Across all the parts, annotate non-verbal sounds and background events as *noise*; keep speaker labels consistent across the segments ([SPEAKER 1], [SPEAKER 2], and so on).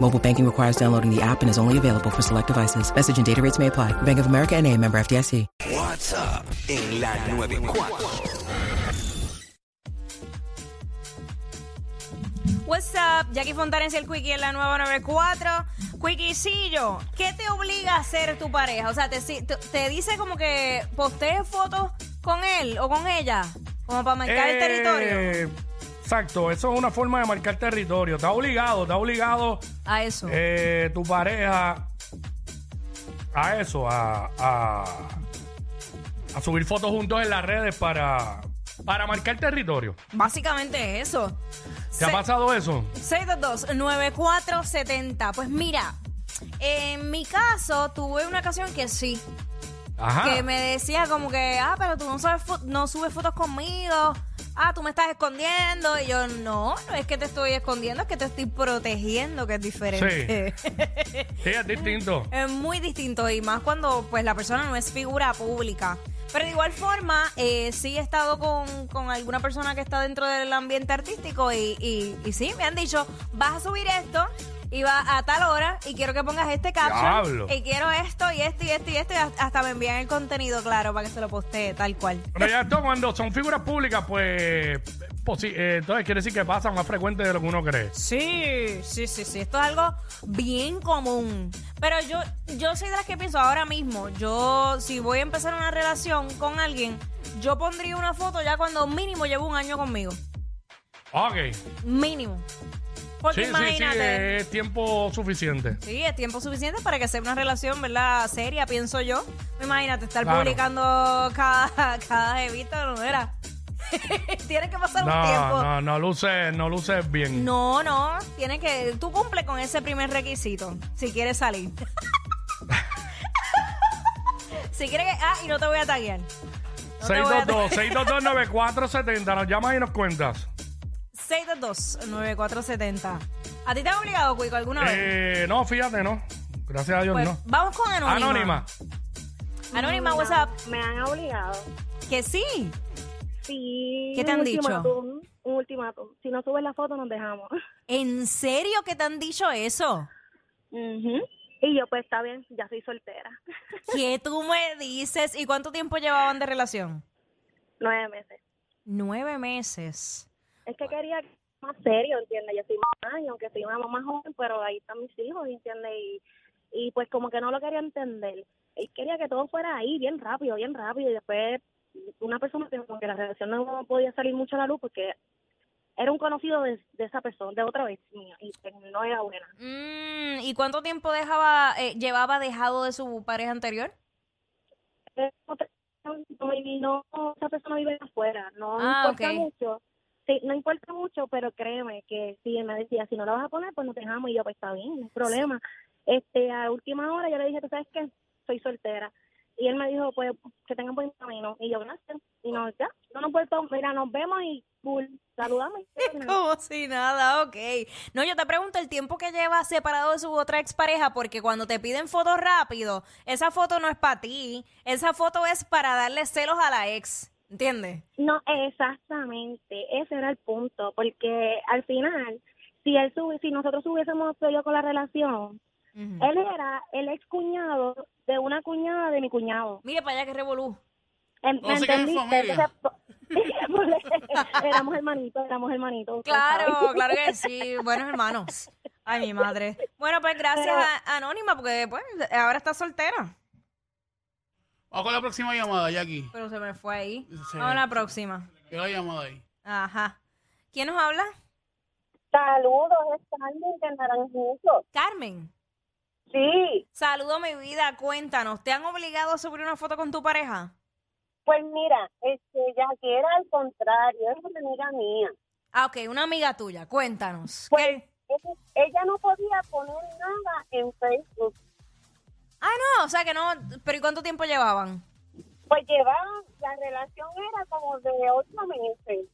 [SPEAKER 1] Mobile banking requires downloading the app and is only available for select devices. Message and data rates may apply. Bank of America and a member FDIC.
[SPEAKER 2] What's up en la 94.
[SPEAKER 3] What's up, Jackie Fontanes y el Quickie en la nueva 94. Quickiecillo, ¿qué te obliga a hacer tu pareja? O sea, te, si- te- te dice como que postees fotos con él o con ella, como para marcar el
[SPEAKER 4] Eh,
[SPEAKER 3] territorio.
[SPEAKER 4] Exacto, eso es una forma de marcar territorio. Está obligado, está obligado
[SPEAKER 3] A eso.
[SPEAKER 4] eh, tu pareja a eso, a, a, a subir fotos juntos en las redes para, para marcar territorio.
[SPEAKER 3] Básicamente es eso.
[SPEAKER 4] ¿Te ha
[SPEAKER 3] Se-
[SPEAKER 4] pasado eso?
[SPEAKER 3] 622-9470. Pues mira, en mi caso tuve una ocasión que sí.
[SPEAKER 4] Ajá.
[SPEAKER 3] que me decía como que, ah, pero tú no, sabes fo- no subes fotos conmigo, ah, tú me estás escondiendo, y yo, no, no es que te estoy escondiendo, es que te estoy protegiendo, que es diferente. *laughs*
[SPEAKER 4] Sí, es distinto.
[SPEAKER 3] es muy distinto, y más cuando pues la persona no es figura pública. Pero de igual forma, eh, sí he estado con, con alguna persona que está dentro del ambiente artístico y, y, y sí, me han dicho, vas a subir esto y va a tal hora y quiero que pongas este caption
[SPEAKER 4] Diablo.
[SPEAKER 3] y quiero esto y esto y esto y esto y hasta me envían el contenido, claro, para que se lo postee tal cual.
[SPEAKER 4] Pero ya esto cuando son figuras públicas, pues, pues sí, eh, entonces quiere decir que pasa más frecuente de lo que uno cree.
[SPEAKER 3] Sí, sí, sí, sí. Esto es algo bien común. Pero yo, yo soy de las que pienso ahora mismo. Yo, si voy a empezar una relación con alguien, yo pondría una foto ya cuando mínimo llevo un año conmigo.
[SPEAKER 4] Ok.
[SPEAKER 3] Mínimo.
[SPEAKER 4] Sí,
[SPEAKER 3] Porque
[SPEAKER 4] sí, eh. sí,
[SPEAKER 3] imagínate.
[SPEAKER 4] es tiempo suficiente.
[SPEAKER 3] Sí, es tiempo suficiente para que sea una relación, ¿verdad? Seria, pienso yo. Imagínate estar
[SPEAKER 4] Claro.
[SPEAKER 3] publicando cada, *laughs* cada jevita, no era. *laughs* Tiene que pasar un tiempo.
[SPEAKER 4] No, no, no luces, no luces bien.
[SPEAKER 3] No, no, tiene que. Tú cumple con ese primer requisito si quieres salir. si quieres que. Ah, y no te voy a taguear. No te voy a taguear.
[SPEAKER 4] 622-622-9470. Nos llamas y nos cuentas.
[SPEAKER 3] 622-9470. ¿A ti te han obligado, Cuico, alguna vez?
[SPEAKER 4] Eh, no, fíjate, no. Gracias a Dios,
[SPEAKER 3] Pues
[SPEAKER 4] no.
[SPEAKER 3] vamos con Anónima.
[SPEAKER 4] Anónima.
[SPEAKER 3] Anónima, WhatsApp.
[SPEAKER 5] Me han obligado.
[SPEAKER 3] Que sí.
[SPEAKER 5] Sí.
[SPEAKER 3] ¿Qué te han
[SPEAKER 5] un
[SPEAKER 3] dicho?
[SPEAKER 5] ultimátum, Un ultimátum. Si no subes la foto, nos dejamos.
[SPEAKER 3] ¿En serio que te han dicho eso?
[SPEAKER 5] Ujú. Y yo, pues, está bien, ya soy soltera. *laughs*
[SPEAKER 3] ¿Qué tú me dices? ¿Y cuánto tiempo llevaban de relación?
[SPEAKER 5] Nueve meses.
[SPEAKER 3] Nueve meses.
[SPEAKER 5] Es que quería más serio, ¿entiendes? Yo soy mamá y aunque soy una mamá joven, pero ahí están mis hijos, ¿entiendes? Y, y pues como que no lo quería entender. Él quería que todo fuera ahí, bien rápido, bien rápido. Y después una persona que como que la relación no podía salir mucho a la luz porque era un conocido de, de esa persona, de otra vez mía, y pues, no era buena.
[SPEAKER 3] Mm, ¿Y cuánto tiempo dejaba, eh, llevaba dejado de su pareja anterior?
[SPEAKER 5] no, y no, esa persona vive afuera, no
[SPEAKER 3] Ah,
[SPEAKER 5] importa
[SPEAKER 3] ok.
[SPEAKER 5] mucho. Sí, no importa mucho, pero créeme que si me decía, si no la vas a poner, pues nos dejamos. Y yo, pues está bien, no hay problema. Este, a última hora yo le dije, ¿tú sabes qué? Soy soltera. Y él me dijo, pues que tengan buen camino. Y yo, gracias. Y no, ya, no nos vuelto, mira, nos vemos y cool,
[SPEAKER 3] *laughs*
[SPEAKER 5] saludamos. y-
[SPEAKER 3] Como si nada, ok. No, yo te pregunto el tiempo que llevas separado de su otra expareja, porque cuando te piden fotos rápido, esa foto no es para ti, esa foto es para darle celos a la ex, ¿entiendes?
[SPEAKER 5] No, exactamente, ese era el punto, porque al final, si él sube, si nosotros hubiésemos seguido con la relación, él era el ex cuñado de una cuñada de mi cuñado.
[SPEAKER 3] Mire para allá que revolú.
[SPEAKER 5] En- ¿Me
[SPEAKER 4] se queda en
[SPEAKER 5] entendiste?
[SPEAKER 4] familia.
[SPEAKER 5] Entonces, *laughs* po- éramos hermanitos, éramos hermanitos. usted
[SPEAKER 3] Claro,
[SPEAKER 5] sabe.
[SPEAKER 3] claro que sí, buenos hermanos. Ay, mi madre. Bueno, pues gracias a Anónima, porque pues ahora está soltera.
[SPEAKER 6] Vamos con la próxima llamada, Jackie.
[SPEAKER 3] Pero se me fue ahí.
[SPEAKER 6] Sí.
[SPEAKER 3] Vamos a la próxima.
[SPEAKER 6] ¿Qué la llamada ahí?
[SPEAKER 3] Ajá. ¿Quién nos habla?
[SPEAKER 5] Saludos, es Carmen de Naranjito.
[SPEAKER 3] Carmen.
[SPEAKER 5] Sí,
[SPEAKER 3] Saludo mi vida, cuéntanos, ¿te han obligado a subir una foto con tu pareja?
[SPEAKER 5] pues mira, este, ya que era al contrario, es una amiga mía.
[SPEAKER 3] Ah, ok, una amiga tuya, cuéntanos.
[SPEAKER 5] Pues
[SPEAKER 3] ¿Qué-
[SPEAKER 5] ella- ella no podía poner nada en Facebook.
[SPEAKER 3] Ah, no, o sea que no, pero ¿y cuánto tiempo llevaban?
[SPEAKER 5] Pues llevaban, la relación era como de ocho meses.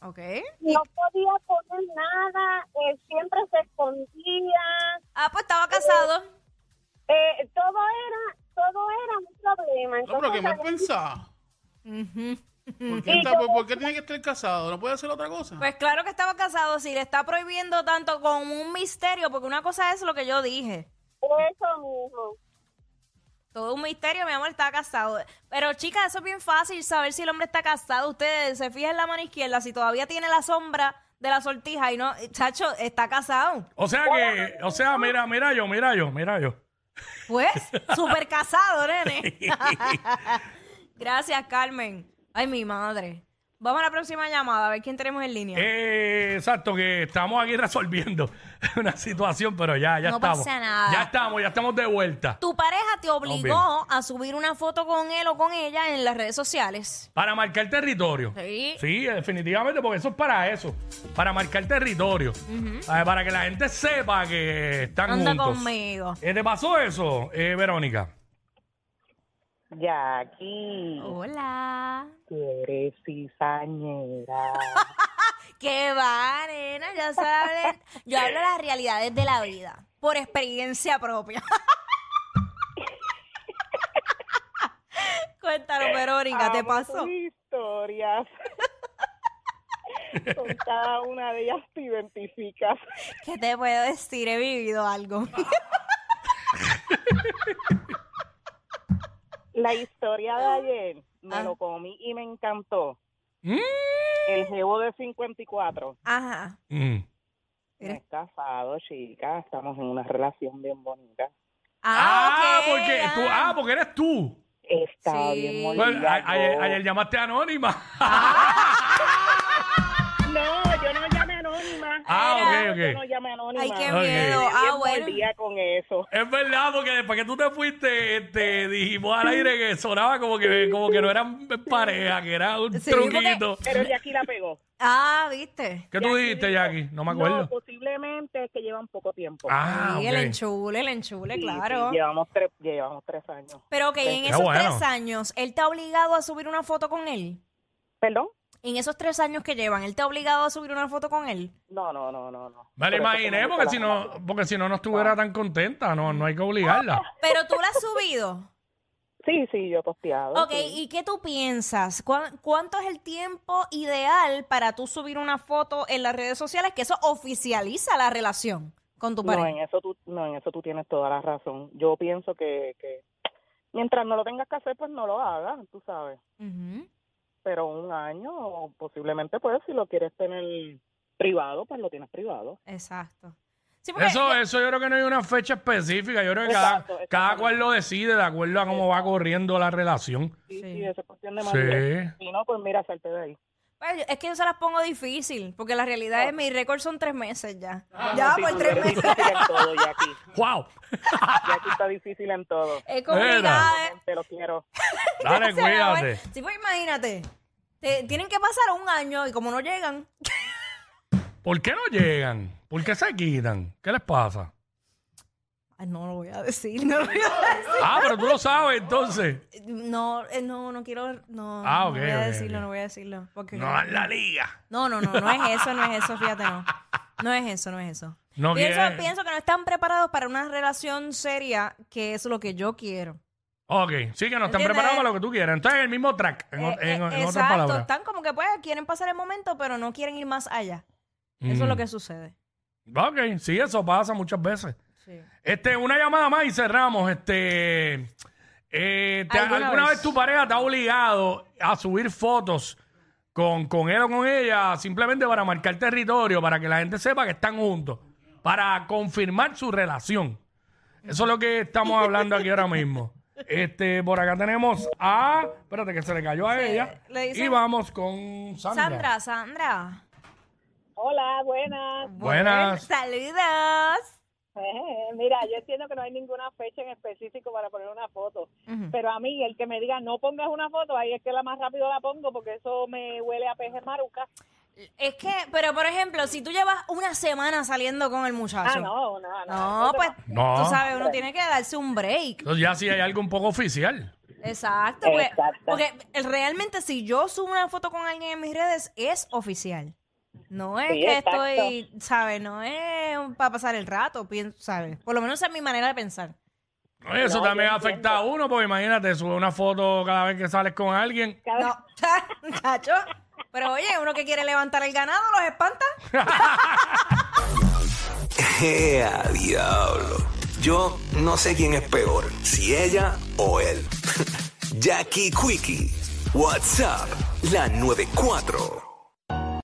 [SPEAKER 3] Ok.
[SPEAKER 5] No podía poner nada, eh, siempre se escondía.
[SPEAKER 3] Ah, pues estaba casado.
[SPEAKER 5] Eh, todo era, todo era un problema.
[SPEAKER 6] No, pero ¿qué
[SPEAKER 5] Entonces,
[SPEAKER 6] más
[SPEAKER 5] la-
[SPEAKER 6] pensás?
[SPEAKER 3] Ujú.
[SPEAKER 6] ¿Por qué, está- por- por qué tiene que estar casado? ¿No puede hacer otra cosa?
[SPEAKER 3] Pues claro que estaba casado, si le está prohibiendo tanto con un misterio, porque una cosa es lo que yo dije.
[SPEAKER 5] eso mismo.
[SPEAKER 3] Todo un misterio, mi amor, está casado. Pero chicas, eso es bien fácil saber si el hombre está casado. Ustedes se fijan en la mano izquierda, si todavía tiene la sombra de la sortija y no, chacho, está casado.
[SPEAKER 4] O sea que, o sea, mira, mira yo, mira yo, mira yo.
[SPEAKER 3] Pues, súper casado, nene. Gracias, Carmen. Ay, mi madre. Vamos a la próxima llamada, a ver quién tenemos en línea.
[SPEAKER 4] Eh, exacto, que estamos aquí *laughs* resolviendo una situación, pero ya, ya
[SPEAKER 3] No
[SPEAKER 4] estamos.
[SPEAKER 3] pasa nada.
[SPEAKER 4] Ya estamos, ya estamos de vuelta.
[SPEAKER 3] Tu pareja te obligó a subir una foto con él o con ella en las redes sociales.
[SPEAKER 4] Para marcar territorio.
[SPEAKER 3] Sí.
[SPEAKER 4] Sí, definitivamente, porque eso es para eso. Para marcar territorio. Eh, Para que la gente sepa que están
[SPEAKER 3] Anda
[SPEAKER 4] juntos.
[SPEAKER 3] conmigo.
[SPEAKER 4] Eh, ¿Te pasó eso, eh, Verónica?
[SPEAKER 7] Jackie,
[SPEAKER 3] Hola.
[SPEAKER 7] tú eres cizañera.
[SPEAKER 3] ¿Qué va, nena? Yo, solo hablo- yo hablo de las realidades de la vida, por experiencia propia. *laughs* Cuéntanos, Verónica, ¿te
[SPEAKER 7] Amo
[SPEAKER 3] pasó?
[SPEAKER 7] tus historias. Con cada una de ellas te identificas.
[SPEAKER 3] ¿Qué te puedo decir? He vivido algo.
[SPEAKER 7] La historia de ayer me lo comí y me encantó.
[SPEAKER 4] Ah. Mm.
[SPEAKER 7] El jevo de 54.
[SPEAKER 3] Ajá.
[SPEAKER 4] Mm.
[SPEAKER 7] No es casado, chica. Estamos en una relación bien bonita.
[SPEAKER 4] Ah,
[SPEAKER 3] ok,
[SPEAKER 4] porque
[SPEAKER 3] ah.
[SPEAKER 4] tú, ah, porque eres tú.
[SPEAKER 7] Está
[SPEAKER 3] Sí.
[SPEAKER 7] bien
[SPEAKER 4] Pues,
[SPEAKER 7] molida.
[SPEAKER 4] a- ayer,
[SPEAKER 7] yo-
[SPEAKER 4] ayer llamaste anónima.
[SPEAKER 3] Ah,
[SPEAKER 7] No, yo no llamé anónima.
[SPEAKER 4] *laughs* Ah, ok,
[SPEAKER 7] Yo no
[SPEAKER 4] ok.
[SPEAKER 7] llamé anónima.
[SPEAKER 3] Ay, qué
[SPEAKER 4] Ok.
[SPEAKER 3] miedo.
[SPEAKER 7] Estoy
[SPEAKER 3] Ah,
[SPEAKER 7] bien
[SPEAKER 3] bueno.
[SPEAKER 7] molida con eso.
[SPEAKER 4] Es verdad, porque después que tú te fuiste, este, dijimos al aire que sonaba como que, como que no eran pareja, que era un
[SPEAKER 3] Sí,
[SPEAKER 4] truquito.
[SPEAKER 7] Pero Jackie la pegó.
[SPEAKER 3] Ah, viste.
[SPEAKER 4] ¿Qué tú dijiste, Jackie? No me
[SPEAKER 7] No,
[SPEAKER 4] acuerdo.
[SPEAKER 7] posiblemente es que llevan poco tiempo.
[SPEAKER 4] ah,
[SPEAKER 3] pues, Sí,
[SPEAKER 4] ok.
[SPEAKER 3] el enchule, el enchule,
[SPEAKER 7] Sí,
[SPEAKER 3] claro.
[SPEAKER 7] sí, llevamos, tres, llevamos tres años.
[SPEAKER 3] Pero que en
[SPEAKER 4] Qué
[SPEAKER 3] esos
[SPEAKER 4] bueno.
[SPEAKER 3] tres años, él te ha obligado a subir una foto con él.
[SPEAKER 7] ¿Perdón?
[SPEAKER 3] En esos tres años que llevan, él te ha obligado a subir una foto con él.
[SPEAKER 7] No, no, no, no. no.
[SPEAKER 4] Me
[SPEAKER 7] Por
[SPEAKER 4] la
[SPEAKER 7] eso que
[SPEAKER 4] imaginé,
[SPEAKER 7] me gusta
[SPEAKER 4] porque
[SPEAKER 7] la
[SPEAKER 4] si no,
[SPEAKER 7] relación.
[SPEAKER 4] porque si no, no estuviera tan contenta. No, no hay que obligarla.
[SPEAKER 3] Pero tú la has subido.
[SPEAKER 7] Sí, sí, yo he posteado.
[SPEAKER 3] Ok,
[SPEAKER 7] sí.
[SPEAKER 3] ¿y qué tú piensas? ¿Cuán- ¿Cuánto es el tiempo ideal para tú subir una foto en las redes sociales que eso oficializa la relación con tu
[SPEAKER 7] No
[SPEAKER 3] pareja?
[SPEAKER 7] en, eso tú, no, en eso tú tienes toda la razón. Yo pienso que, que mientras no lo tengas que hacer, pues no lo hagas, tú sabes.
[SPEAKER 3] Ujú.
[SPEAKER 7] Pero un año, o posiblemente, pues si lo quieres tener privado, pues lo tienes privado.
[SPEAKER 3] Exacto. Sí, porque-
[SPEAKER 4] Eso, eso yo creo que no hay una fecha específica. Yo creo que cada,
[SPEAKER 7] Exacto, exacto.
[SPEAKER 4] cada cual lo decide de acuerdo a cómo va corriendo la relación.
[SPEAKER 7] Sí,
[SPEAKER 3] Sí.
[SPEAKER 7] sí, eso es cuestión de
[SPEAKER 4] Sí.
[SPEAKER 7] madurez. Si no, pues mira, salte de ahí.
[SPEAKER 3] Pues, es que yo se las pongo difícil, porque la realidad es mi récord son tres meses ya. ya,
[SPEAKER 7] Oh. Ah, Sí,
[SPEAKER 3] por
[SPEAKER 7] tú
[SPEAKER 3] Ah, pues tres
[SPEAKER 7] eres *laughs*
[SPEAKER 3] meses.
[SPEAKER 7] difícil en todo, Jackie.
[SPEAKER 3] *laughs*
[SPEAKER 4] ¡Wow!
[SPEAKER 7] Jackie está difícil en todo.
[SPEAKER 3] Es complicada. ¿eh?
[SPEAKER 7] Te lo quiero.
[SPEAKER 4] Dale,
[SPEAKER 3] Gracias, mi amor.
[SPEAKER 4] cuídate.
[SPEAKER 3] Sí, pues imagínate. te- tienen que pasar un año y como no llegan,
[SPEAKER 4] ¿Por qué no llegan? ¿Por qué se quitan? ¿Qué les pasa?
[SPEAKER 3] Ay, no lo voy a decir, no lo voy a decir.
[SPEAKER 4] Ah, pero tú lo sabes entonces.
[SPEAKER 3] No, eh, no, no quiero, no,
[SPEAKER 4] Ah,
[SPEAKER 3] no
[SPEAKER 4] ok,
[SPEAKER 3] voy a
[SPEAKER 4] ok,
[SPEAKER 3] decirlo,
[SPEAKER 4] ok.
[SPEAKER 3] no voy a decirlo. Porque
[SPEAKER 4] No dan la liga.
[SPEAKER 3] no, no, no, no es eso, no es eso, fíjate, no. No es eso, no es eso.
[SPEAKER 4] No
[SPEAKER 3] pienso,
[SPEAKER 4] quieren.
[SPEAKER 3] pienso que no están preparados para una relación seria, que es lo que yo quiero.
[SPEAKER 4] Ok, sí que no están
[SPEAKER 3] ¿Entiendes?
[SPEAKER 4] preparados para lo que tú quieras. Entonces, el mismo track, en,
[SPEAKER 3] Eh,
[SPEAKER 4] o- en-
[SPEAKER 3] eh,
[SPEAKER 4] en otras
[SPEAKER 3] exacto,
[SPEAKER 4] palabras.
[SPEAKER 3] están como que pues quieren pasar el momento, pero no quieren ir más allá. Eso
[SPEAKER 4] Mm.
[SPEAKER 3] es lo que sucede.
[SPEAKER 4] Ok, sí, eso pasa muchas veces.
[SPEAKER 3] Sí.
[SPEAKER 4] Este, una llamada más y cerramos. Este, eh, te- ¿alguna,
[SPEAKER 3] ¿Alguna
[SPEAKER 4] vez?
[SPEAKER 3] vez?
[SPEAKER 4] tu pareja te ha obligado a subir fotos con, con él o con ella simplemente para marcar territorio, para que la gente sepa que están juntos, para confirmar su relación? Eso es lo que estamos hablando aquí ahora mismo. Este, por acá tenemos a, espérate que se le cayó a ella,
[SPEAKER 3] le
[SPEAKER 4] y
[SPEAKER 3] dicen-
[SPEAKER 4] vamos con Sandra.
[SPEAKER 3] Sandra, Sandra.
[SPEAKER 5] Hola, buenas.
[SPEAKER 4] Buenas.
[SPEAKER 3] Saludos.
[SPEAKER 5] *laughs* Mira, yo entiendo que no hay ninguna fecha en específico para poner una foto,
[SPEAKER 3] Ujú.
[SPEAKER 5] pero a mí el que me diga no pongas una foto, ahí es que la más rápido la pongo porque eso me huele a peje maruca.
[SPEAKER 3] Es que, pero por ejemplo, si tú llevas una semana saliendo con el muchacho.
[SPEAKER 5] Ah, no, no, no.
[SPEAKER 3] No, pues
[SPEAKER 4] No.
[SPEAKER 3] tú sabes, uno tiene que darse un break.
[SPEAKER 4] Entonces ya sí hay algo un poco oficial.
[SPEAKER 3] Exacto, porque,
[SPEAKER 5] Exacto.
[SPEAKER 3] porque el- realmente si yo subo una foto con alguien en mis redes es oficial. No es
[SPEAKER 5] Sí,
[SPEAKER 3] que
[SPEAKER 5] exacto.
[SPEAKER 3] estoy, ¿sabes? No es para pasar el rato, pienso, ¿sabes? Por lo menos esa es mi manera de pensar.
[SPEAKER 4] No, y Eso
[SPEAKER 5] No,
[SPEAKER 4] también
[SPEAKER 5] yo
[SPEAKER 4] afecta a uno, porque imagínate, sube una foto cada vez que sales con alguien.
[SPEAKER 5] Cada-
[SPEAKER 3] No, *laughs* chacho. Pero oye, uno que quiere levantar el ganado los espanta.
[SPEAKER 2] *laughs* ¡Ea, ¡Eh, diablo! Yo no sé quién es peor, si ella o *laughs* él. Jackie Quickie, WhatsApp, la 94.